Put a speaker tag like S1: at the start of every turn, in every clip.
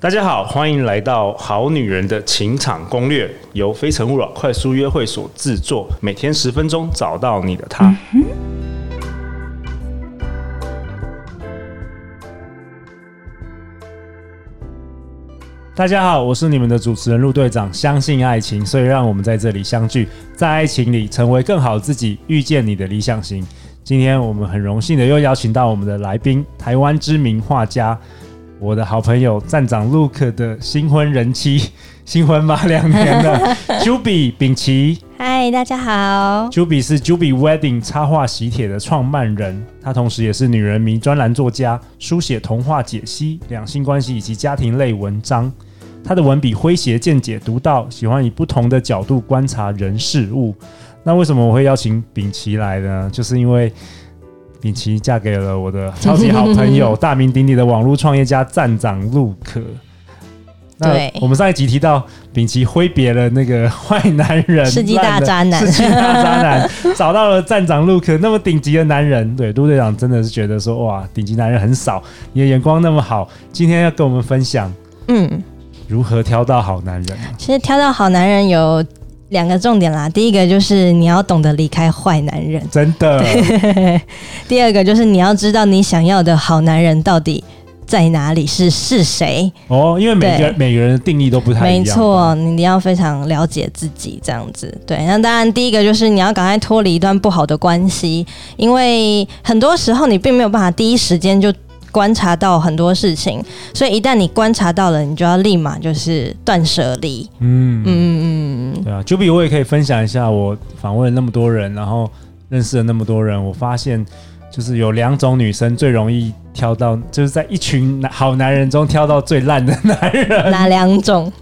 S1: 大家好，欢迎来到《好女人的情场攻略》，由非诚勿扰快速约会所制作，每天十分钟，找到你的他。大家好，我是你们的主持人陆队长。相信爱情，所以让我们在这里相聚，在爱情里成为更好自己，遇见你的理想型。今天我们很荣幸的又邀请到我们的来宾，台湾知名画家，我的好朋友站长 Luke 的新婚人妻，新婚吧两年了，Juby 秉琦。
S2: 嗨，大家好。
S1: Juby 是 Juby Wedding 插画喜帖的创办人，他同时也是女人迷专栏作家，书写童话解析、两性关系以及家庭类文章。他的文笔诙谐、见解独到，喜欢以不同的角度观察人事物。那为什么我会邀请秉琦来呢？就是因为秉琦嫁给了我的超级好朋友、大名鼎鼎的网络创业家站长陆可。那
S2: 对
S1: 我们上一集提到秉琦挥别了那个 坏男人，
S2: 世纪大渣男
S1: 烂的世纪大渣 男找到了站长陆可那么顶级的男人。对，陆队长真的是觉得说，哇，顶级男人很少，你的眼光那么好，今天要跟我们分享
S2: 嗯，
S1: 如何挑到好男人啊。
S2: 其实挑到好男人有两个重点啦，第一个就是你要懂得离开坏男人，
S1: 真的，
S2: 第二个就是你要知道你想要的好男人到底在哪里，是是谁。
S1: 哦，因为每个
S2: 对
S1: 每个人的定义都不太一样，
S2: 没错，你一定要非常了解自己这样子。对，那当然第一个就是你要赶快脱离一段不好的关系，因为很多时候你并没有办法第一时间就。观察到很多事情，所以一旦你观察到了，你就要立马就是断舍离。
S1: 嗯嗯，
S2: 嗯嗯嗯，
S1: 对啊，Juby，我也可以分享一下，我访问了那么多人，然后认识了那么多人，我发现就是有两种女生最容易挑到，就是在一群男好男人中挑到最烂的男
S2: 嗯
S1: 人，
S2: 哪两种？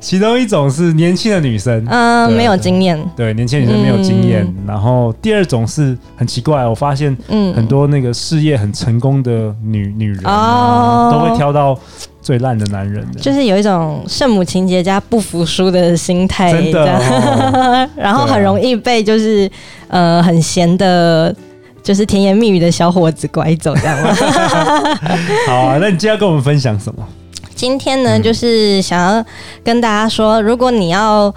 S1: 其中一种是年轻的女生。
S2: 嗯，
S1: 对
S2: 没有经验。
S1: 对，年轻的女生没有经验。
S2: 嗯
S1: 然后第二种是很奇怪，我发现
S2: 嗯，
S1: 啊很多那个事业很成功的女女人、啊
S2: 哦
S1: 都会挑到最烂的男人的。
S2: 就是有一种圣母情节加不服输的心态，
S1: 真的哦
S2: 这样 然后
S1: 对啊
S2: 很容易被就是呃很闲的。就是甜言蜜语的小伙子拐 走，这样吗？
S1: 好啊，那你今天要跟我们分享什么？
S2: 今天呢，
S1: 嗯
S2: 就是想要跟大家说，如果你要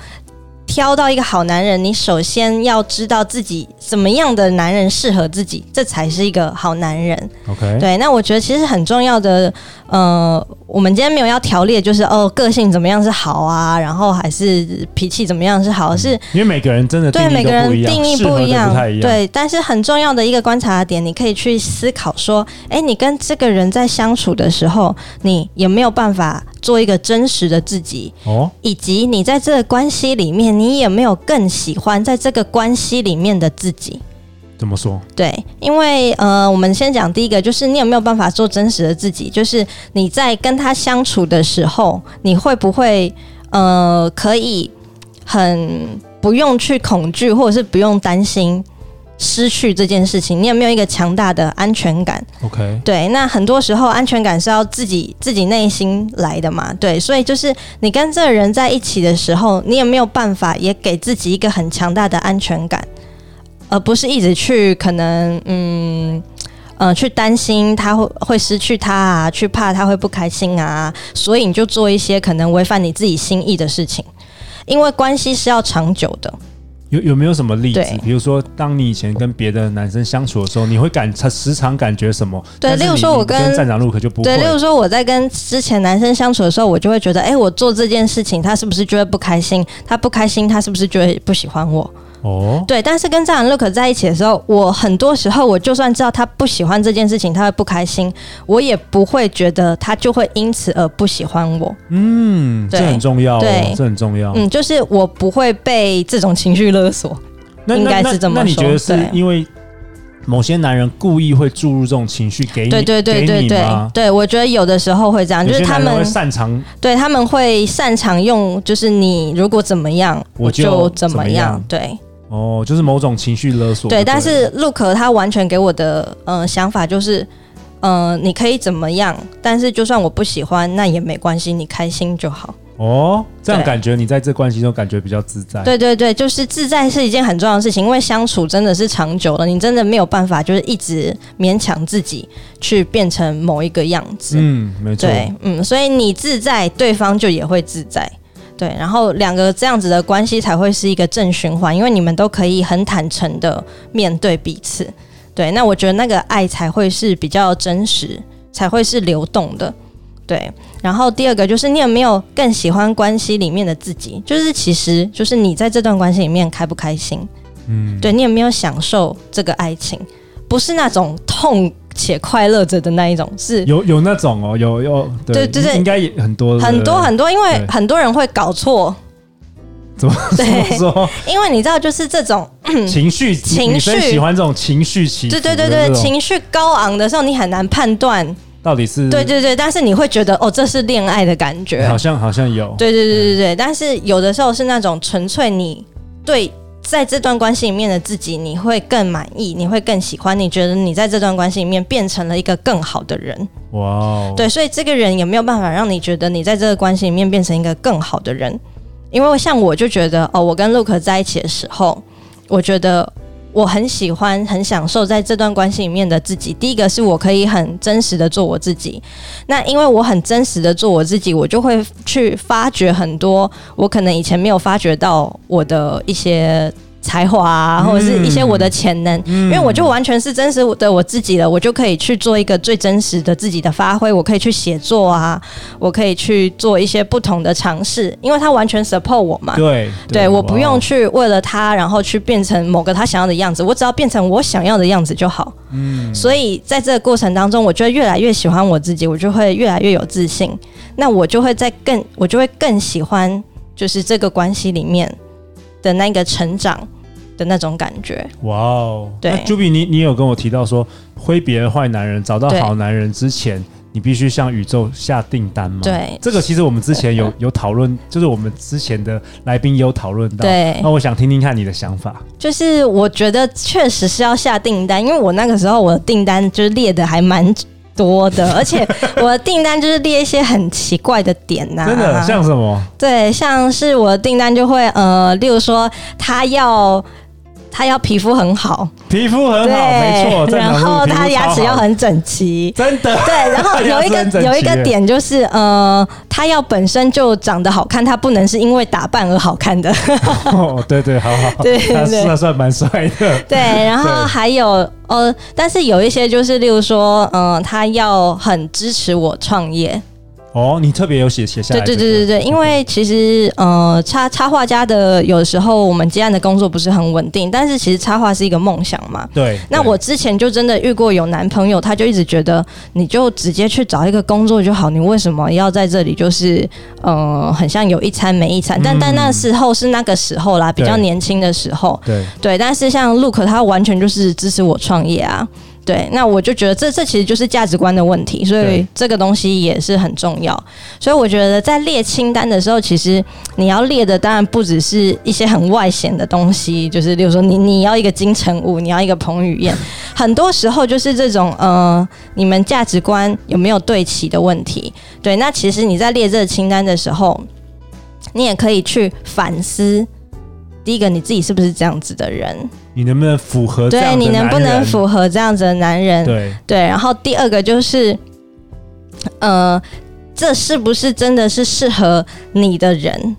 S2: 挑到一个好男人，你首先要知道自己怎么样的男人适合自己，这才是一个好男人。
S1: OK，
S2: 对，那我觉得其实很重要的，呃，我们今天没有要条列，就是哦，个性怎么样是好啊，然后还是脾气怎么样是好，是
S1: 因为每个人真嗯的定
S2: 对每
S1: 义都
S2: 个人
S1: 不一样，
S2: 定义
S1: 适合的
S2: 一
S1: 不太一样。，
S2: 对，但是很重要的一个观察点，你可以去思考说，哎，你跟这个人在相处的时候，你有没有办法做一个真实的自己，
S1: 哦，
S2: 以及你在这个关系里面，你有没有更喜欢在这个关系里面的自己？
S1: 怎么说？
S2: 对，因为呃，我们先讲第一个，就是你有没有办法做真实的自己？就是你在跟他相处的时候，你会不会呃，可以很不用去恐惧，或者是不用担心失去这件事情？你有没有一个强大的安全感？
S1: OK，
S2: 对，那很多时候安全感是要自己自己内心来的嘛，对，所以就是你跟这个人在一起的时候，你也没有办法也给自己一个很强大的安全感，而不是一直去可能嗯。呃，去担心他会会失去他啊，去怕他会不开心啊，所以你就做一些可能违反你自己心意的事情，因为关系是要长久的。
S1: 有有没有什么例子
S2: 对？
S1: 比如说，当你以前跟别的男生相处的时候，你会感时常感觉什么？
S2: 对
S1: 但是
S2: 例如
S1: 你
S2: 说我
S1: 你跟
S2: 跟
S1: 站长陆可就不会。
S2: 对，例如说我在跟之前男生相处的时候，我就会觉得，哎、我做这件事情，他是不是就会不开心？他不开心，他是不是就会不喜欢我？
S1: 哦，
S2: 对，但是跟这样 look 在一起的时候，我很多时候我就算知道他不喜欢这件事情，他会不开心，我也不会觉得他就会因此而不喜欢我。
S1: 嗯，这
S2: 对
S1: 很重要哦
S2: 对，
S1: 这很重要。
S2: 嗯，就是我不会被这种情绪勒索。
S1: 那
S2: 应该
S1: 那
S2: 是这么
S1: 那那你
S2: 说
S1: 觉得是
S2: 对
S1: 因为某些男人故意会注入这种情绪给你？
S2: 对对对
S1: 给
S2: 对
S1: 你
S2: 对
S1: 吗
S2: 对，我觉得有的时候会这样，就
S1: 有
S2: 是
S1: 些
S2: 他
S1: 男人会
S2: 们
S1: 擅长
S2: 对他们会擅长用，就是你如果怎么样，
S1: 我就
S2: 就怎
S1: 怎么
S2: 么
S1: 样
S2: 样，对。
S1: 哦，就是某种情绪勒索。
S2: 对，
S1: 对，
S2: 但是 Look 他完全给我的呃想法就是，呃，你可以怎么样，但是就算我不喜欢，那也没关系，你开心就好。
S1: 哦，这样
S2: 对
S1: 感觉你在这关系中感觉比较自在。，
S2: 对对对，就是自在是一件很重要的事情，因为相处真的是长久的，你真的没有办法就是一直勉强自己去变成某一个样子。
S1: 嗯，没错。
S2: 对，嗯，所以你自在，对方就也会自在。对，然后两个这样子的关系才会是一个正循环，因为你们都可以很坦诚的面对彼此。对，那我觉得那个爱才会是比较真实，才会是流动的。对，然后第二个就是你有没有更喜欢关系里面的自己？就是其实就是你在这段关系里面开不开心？
S1: 嗯，
S2: 对你有没有享受这个爱情？不是那种痛且快乐着的那一种，是
S1: 有有那种哦，有有，
S2: 对对对
S1: 应该也很多
S2: 很多很多，因为
S1: 对
S2: 很多人会搞错，
S1: 怎么
S2: 对，
S1: 说
S2: 因为你知道，就是这种，
S1: 情绪，
S2: 情
S1: 女生
S2: 绪
S1: 喜欢这种情绪起伏
S2: 对
S1: 的
S2: 对
S1: 这种，嗯
S2: 对对，情绪高昂的时候，你很难判断，
S1: 到底是
S2: 对对对，但是你会觉得哦，这是恋爱的感觉
S1: 好，像好像有，
S2: 对对对对对，但是有的时候是那种纯粹你对在这段关系里面的自己，你会更满意，你会更喜欢，你觉得你在这段关系里面变成了一个更好的人，
S1: 哇哦，
S2: 对，所以这个人也没有办法让你觉得你在这个关系里面变成一个更好的人，因为像我就觉得哦，我跟 Luke 在一起的时候，我觉得我很喜欢、很享受在这段关系里面的自己。第一个是我可以很真实的做我自己，那因为我很真实的做我自己，我就会去发掘很多我可能以前没有发掘到我的一些。才华啊，或者是一些我的潜能，因
S1: 嗯
S2: 为我就完全是真实的我自己了，我就可以去做一个最真实的自己的发挥，我可以去写作啊，我可以去做一些不同的尝试，因为他完全 support 我嘛。
S1: 对哦
S2: 对，哦我不用
S1: 去，
S2: 去为了他，然后去变成某个他想要的样子，我只要变成我想要的样子就好。嗯，所以在这个过程当中，我就会越来越喜欢我自己，我就会越来越有自信。那我就会在更，我就会更喜欢，就是这个关系里面的那个成长的那种感觉。
S1: 哇哦，
S2: 对
S1: 那 Juby，你你有跟我提到说，挥别坏男人，找到
S2: 对
S1: 好男人之前，你必须向宇宙下订单吗？。
S2: 对，
S1: 这个其实我们之前有有讨论，就是我们之前的来宾也有讨论到。
S2: 对
S1: 那我想听听看你的想法。
S2: 就是我觉得确实是要下订单，因为我那个时候我的订单就是列的还蛮多的，而且我的订单就是列一些很奇怪的点呐、
S1: 真的像什么？
S2: 对，像是我的订单就会呃，例如说他要。他要皮肤很好，
S1: 皮肤很好，
S2: 对，
S1: 没错。正常
S2: 然
S1: 是
S2: 后
S1: 皮肤
S2: 他牙
S1: 超
S2: 齿
S1: 好，
S2: 要很整齐
S1: 真 的。
S2: 对，然后有
S1: 牙齿
S2: 一
S1: 很
S2: 个
S1: 整齐
S2: 有一个点就是，呃，他要本身就长得好看，他不能是因为打扮而好看的，
S1: 哦，对对，好好，好
S2: 对对
S1: 他
S2: 对
S1: 他算蛮帅的。
S2: 对，然后
S1: 对
S2: 还有呃，但是有一些就是，例如说，嗯、他要很支持我创业，
S1: 哦，你特别有写写下
S2: 对
S1: 来这
S2: 对
S1: 个。
S2: 对对对，因为其实呃，插插画家的有时候我们接案的工作不是很稳定，但是其实插画是一个梦想嘛。
S1: 对。
S2: 那
S1: 对
S2: 我之前就真的遇过有男朋友，他就一直觉得你就直接去找一个工作就好，你为什么要在这里就是呃，很像有一餐没一餐？但但那时候是那个时候啦，比较
S1: 嗯对
S2: 年轻的时候，
S1: 对
S2: 对，但是像 Look 他完全就是支持我创业啊。对，那我就觉得这这其实就是价值观的问题，所以
S1: 对
S2: 这个东西也是很重要。所以我觉得在列清单的时候，其实你要列的当然不只是一些很外显的东西，就是例如说你你要一个金城武，你要一个彭于晏，很多时候就是这种呃，你们价值观有没有对齐的问题。对，那其实你在列这个清单的时候，你也可以去反思，第一个你自己是不是这样子的人，
S1: 你能不能符合这
S2: 对
S1: 样的
S2: 你能不
S1: 男
S2: 能
S1: 人
S2: 符合这样子的男人？
S1: 对
S2: 对然后第二个就是，呃，这是不是真的是适合你的人，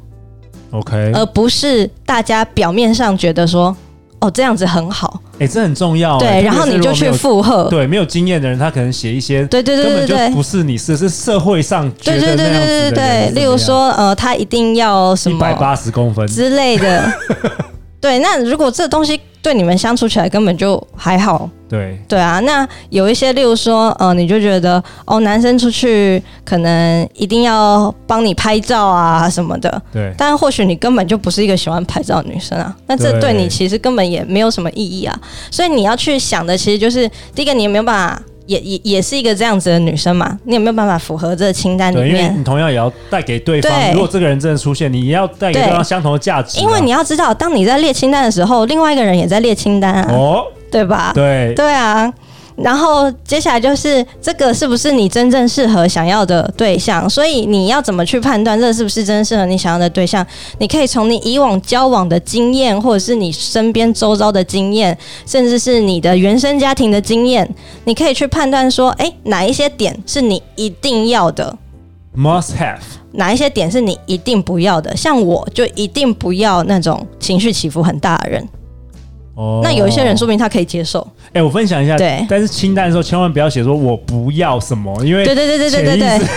S1: ？OK，
S2: 而不是大家表面上觉得说哦这样子很好，
S1: 哎、这很重要、
S2: 对，
S1: 哎
S2: 然后你就去。附和
S1: 特别是如果没有，对，没有经验的人，他可能写一些
S2: 对对对
S1: 根
S2: 对
S1: 本
S2: 对
S1: 就。不是你是，是社会上觉
S2: 对对
S1: 得
S2: 对
S1: 那样
S2: 对
S1: 子
S2: 对
S1: 的人
S2: 对，
S1: 是
S2: 例如说，呃，他一定要什
S1: 一
S2: 么
S1: 百八十公分，
S2: 之类 的。对，那如果这东西对你们相处起来根本就还好，
S1: 对
S2: 对啊。那有一些，例如说，呃，你就觉得哦，男生出去可能一定要帮你拍照啊什么的，
S1: 对
S2: 但或许你根本就不是一个喜欢拍照的女生啊，那这
S1: 对
S2: 对你其实根本也没有什么意义啊。所以你要去想的，其实就是第一个，你有没有办法，也也也是一个这样子的女生嘛，你有没有办法符合这个清单里
S1: 对，因啊为
S2: 面？
S1: 你同样也要带给对方
S2: 对
S1: 如果这个人真的出现，你也要带给对
S2: 对
S1: 方相同的价值啊、
S2: 因为你要知道，当你在列清单的时候，另外一个人也在列清单啊，
S1: 哦，
S2: 对吧？
S1: 对，
S2: 对啊，然后接下来就是这个是不是你真正适合想要的对象？所以你要怎么去判断这是不是真正适合你想要的对象？你可以从你以往交往的经验，或者是你身边周遭的经验，甚至是你的原生家庭的经验，你可以去判断说，诶，哪一些点是你一定要的，
S1: must have，
S2: 哪一些点是你一定不要的。像我就一定不要那种情绪起伏很大的人。
S1: 哦
S2: 那有一些人说明他可以 接受，
S1: 哎、我分享一下，
S2: 对
S1: 但是清单的时候千万不要写说我不要什么，因为
S2: 对对对对对对
S1: 潜意
S2: 对
S1: 识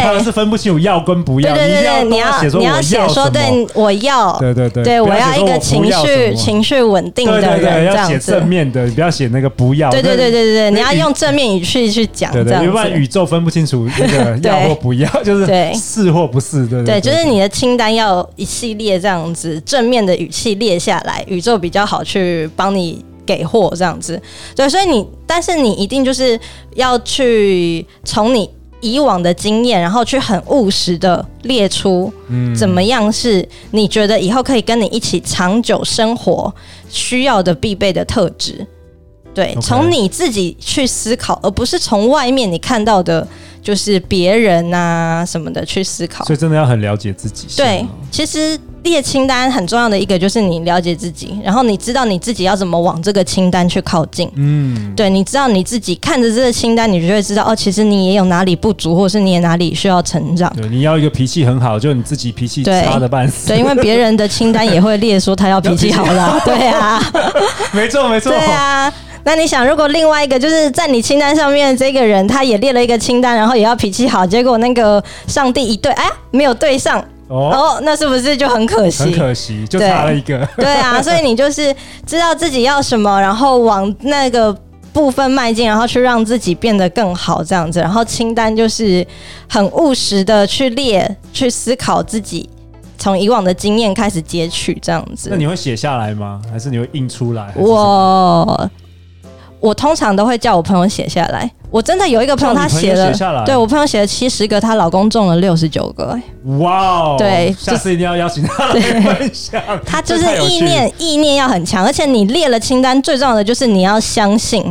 S1: 他们
S2: 对。
S1: 是分不清楚要跟不
S2: 对
S1: 要，
S2: 对对对，
S1: 你
S2: 你
S1: 一定
S2: 要
S1: 要都
S2: 你
S1: 要
S2: 要
S1: 写说
S2: 写
S1: 我什
S2: 说，
S1: 么，
S2: 对，我要，
S1: 对对对
S2: 对我
S1: 要写
S2: 要一
S1: 说
S2: 个
S1: 我不
S2: 情
S1: 要什
S2: 绪
S1: 么
S2: 情绪稳定
S1: 对
S2: 的
S1: 对对，
S2: 人，这
S1: 要
S2: 样
S1: 写
S2: 子。
S1: 正面的，你不要写那个不要，
S2: 对对对对
S1: 对。
S2: 对对，你要
S1: 语
S2: 用正面语气去讲，
S1: 对
S2: 这
S1: 对，
S2: 样
S1: 要不然宇
S2: 子。
S1: 宙分不清楚那个
S2: 对
S1: 要或不要，就是
S2: 对
S1: 是或不是，对对，
S2: 对，就是你的清单要一系列这样子正面的语气列下来，宇宙比较好去帮你给货这样子。对，所以你，但是你一定就是要去从你以往的经验，然后去很务实的列出
S1: 嗯
S2: 怎么样是你觉得以后可以跟你一起长久生活需要的必备的特质？对，
S1: OK
S2: 从你自己去思考，而不是从外面你看到的，就是别人啊什么的去思考
S1: 所。以真的要很了解自己。
S2: 对
S1: 是吗，
S2: 其实列清单很重要的一个就是你了解自己，然后你知道你自己要怎么往这个清单去靠近。
S1: 嗯，
S2: 对，你知道你自己看着这个清单，你就会知道哦，其实你也有哪里不足，或者是你也哪里需要成长。
S1: 对，你要一个脾气很好，就你自己脾气
S2: 对
S1: 差的半死。
S2: 对，因为别人的清单也会列说他要脾气好 啦，对啊，
S1: 没错没错
S2: 对，啊。那你想，如果另外一个就是在你清单上面这个人，他也列了一个清单，然后也要脾气好，结果那个上帝一对，哎，没有对上，
S1: 哦，
S2: 哦，那是不是就很可惜？
S1: 很可惜，就差了一个。
S2: 对啊，所以你就是知道自己要什么，然后往那个部分迈进，然后去让自己变得更好，这样子。然后清单就是很务实的去列，去思考自己从以往的经验开始截取，这样子
S1: 那。你会写下来吗？还是你会印出来？还是
S2: 我我通常都会叫我朋友写下来。我真的有一个朋友，
S1: 叫
S2: 他
S1: 你朋友
S2: 写了，
S1: 写下来
S2: 对我朋友写了七十个，她老公中了六十九个、哎
S1: 什么哇哦，
S2: 对
S1: 下次一定要邀请他来
S2: 对
S1: 分享。
S2: 他就
S1: 这
S2: 是
S1: 太有
S2: 意
S1: 趣了
S2: 念，意念要很强，而且你列了清单，最重要的就是你要相信，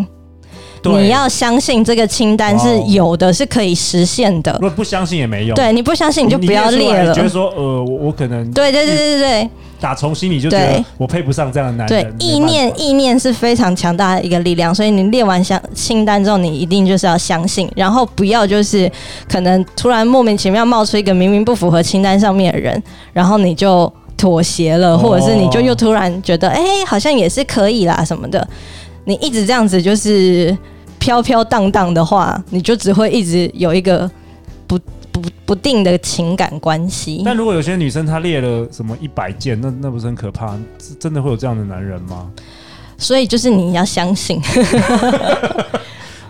S1: 对
S2: 你要相信这个清单是
S1: 哇哦
S2: 有的，是可以实现的
S1: 如。果不相信也没用，
S2: 对，你不相信你就不要
S1: 你
S2: 列
S1: 出来
S2: 了
S1: 你觉。得说呃，我我可能
S2: 对对对对对
S1: 打从心里就觉得
S2: 对
S1: 我配不上这样的男
S2: 对对
S1: 人。，
S2: 意
S1: 没办法
S2: 念意念是非常强大的一个力量，所以你列完相清单之后，你一定就是要相信，然后不要就是可能突然莫名其妙冒出一个明明不符合清单上面的人，然后你就妥协了，
S1: 哦
S2: 或者是你就又突然觉得哎、好像也是可以啦什么的，你一直这样子就是飘飘荡荡的话，你就只会一直有一个不不不定的情感关系。
S1: 但如果有些女生她列了什么一百件，那那不是很可怕？是真的会有这样的男人吗？
S2: 所以就是你要相信，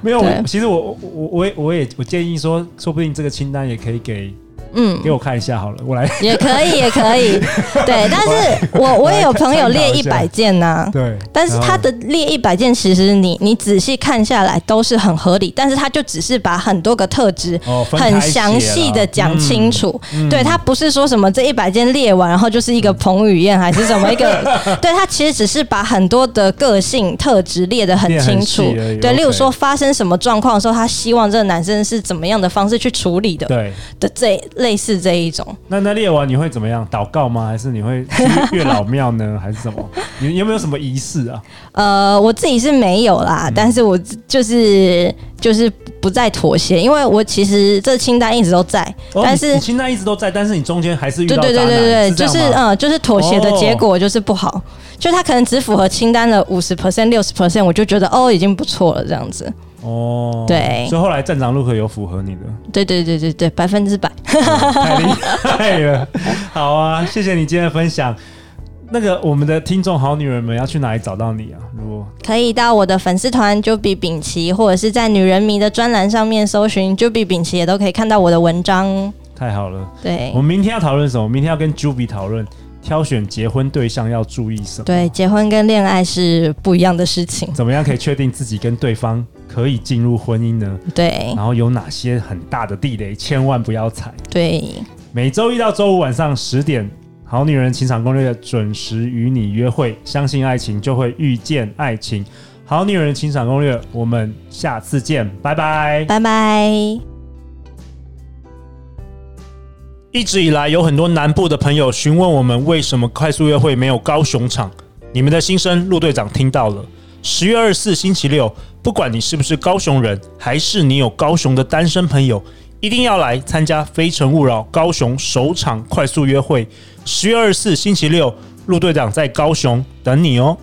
S1: 没有，
S2: 对
S1: 我其实我我我我也我也我建议说，说不定这个清单也可以给
S2: 嗯。哦
S1: 给我看一下好了，我来
S2: 也可以，也 可以，对。但是我我也有朋友列一百件呐、
S1: 对。
S2: 但是他的列一百件，其实你你仔细看下来都是很合理，但是他就只是把很多个特质
S1: 哦，分开
S2: 很
S1: 写
S2: 详细的
S1: 了
S2: 讲清，楚。
S1: 嗯嗯
S2: 对他不是说什么这一百件列完，然后就是一个彭于晏还是什么一个， 对他其实只是把很多的个性特质列得很
S1: 列很
S2: 清
S1: 细
S2: 楚
S1: 而已。
S2: 对，例如
S1: OK
S2: 说发生什么状况的时候，他希望这个男生是怎么样的方式去处理的
S1: 嗯对，
S2: 的这类似这一种。
S1: 那那列完你会怎么样？祷告吗？还是你会去月老庙呢？ 还是什么？你你有没有什么仪式啊？
S2: 呃，我自己是没有啦，
S1: 嗯
S2: 但是我就是就是不再妥协，因为我其实这清单一直都在，
S1: 哦
S2: 但
S1: 你
S2: 是
S1: 你清单一直都在，但是你中间还是遇
S2: 对
S1: 到
S2: 对
S1: 渣
S2: 对
S1: 男
S2: 对对，
S1: 这
S2: 就
S1: 样
S2: 是
S1: 吗
S2: 嗯，就是妥协的
S1: 哦
S2: 结果就是不好，就他可能只符合清单的五十 percent、六十 percent，我就觉得哦已经不错了这样子，
S1: 哦，
S2: 呃对
S1: 所以后来站长陆可有符合你的，
S2: 对对对对对，百分之百。
S1: 太厉害了！好啊，谢谢你今天的分享。那个我们的听众好女人们要去哪里找到你啊？如果
S2: 可以到我的粉丝团 Juby 丙奇，或者是在女人迷的专栏上面搜寻 Juby 丙奇，也都可以看到我的文章。
S1: 太好了，
S2: 对
S1: 我们明天要讨论什么？明天要跟 Juby 讨论挑选结婚对象要注意什么？
S2: 对，结婚跟恋爱是不一样的事情。
S1: 怎么样可以确定自己跟对方可以进入婚姻呢？
S2: 对
S1: 然后有哪些很大的地雷千万不要踩？
S2: 对。
S1: 每周一到周五晚上十点，《好女人情场攻略》准时与你约会。相信爱情，就会遇见爱情。好女人情场攻略，我们下次见，拜拜。
S2: 拜拜。
S1: 一直以来，有很多南部的朋友询问我们，为什么快速约会没有高雄场？你们的心声，陆队长听到了。十月二十四星期六，不管你是不是高雄人，还是你有高雄的单身朋友，一定要来参加《非诚勿扰》高雄首场快速约会。十月二十四星期六，陆队长在高雄等你哦。